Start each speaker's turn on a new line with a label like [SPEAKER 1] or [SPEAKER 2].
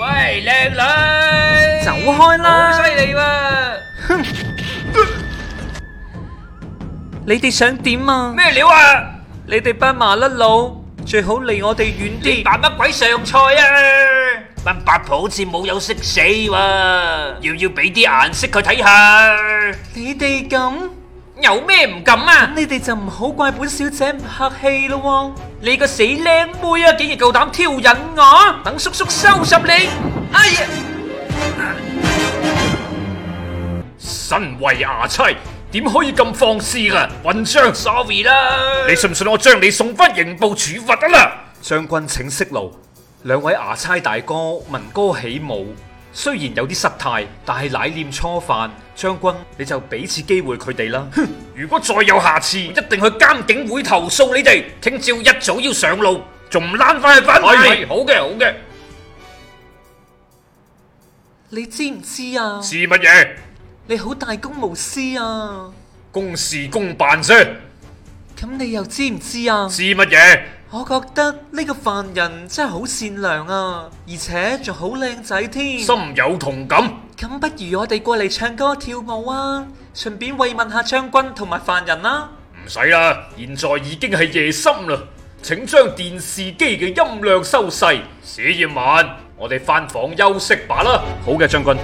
[SPEAKER 1] 喂，靚女，
[SPEAKER 2] 走開啦
[SPEAKER 1] 好犀利喎！
[SPEAKER 2] 你哋想點啊？
[SPEAKER 1] 咩料啊？
[SPEAKER 2] 你哋班麻甩佬最好離我哋遠
[SPEAKER 1] 你
[SPEAKER 2] 啲。
[SPEAKER 1] 扮乜鬼上菜啊？班八婆好似冇有識死喎，要唔要俾啲顏色佢睇下？
[SPEAKER 2] 你哋咁，
[SPEAKER 1] 有咩唔敢啊？
[SPEAKER 2] 你哋就唔好怪本小姐唔客氣咯
[SPEAKER 1] 你個死靚妹啊，竟然夠膽挑釁我，等叔叔收拾你！哎呀！身為牙差，點可以咁放肆噶？混帳，sorry 啦！你信唔信我將你送翻刑部處罰啊啦？
[SPEAKER 2] 將軍請息怒，兩位牙差大哥聞歌起舞，雖然有啲失態，但係乃念初犯，將軍你就俾次機會佢哋啦。
[SPEAKER 1] 如果再有下次，一定去監警會投訴你哋。聽朝一早要上路，仲唔躝翻去反
[SPEAKER 2] 係
[SPEAKER 1] 派？好嘅，好嘅。
[SPEAKER 2] 你知唔知啊？
[SPEAKER 1] 是乜嘢？
[SPEAKER 2] 你好大公無私啊！
[SPEAKER 1] 公事公辦啫。是
[SPEAKER 2] 咁你又知唔知啊？
[SPEAKER 1] 乜嘢？
[SPEAKER 2] 我覺得呢個犯人真係好善良啊，而且仲好靚仔添。
[SPEAKER 1] 心有同感。
[SPEAKER 2] 咁不如我哋過嚟唱歌跳舞啊，順便慰問下將軍同埋犯人啦、
[SPEAKER 1] 唔使啦，現在已經係夜深啦。請將電視機嘅音量收細。史艷文，我哋翻房休息吧啦。好嘅，將軍。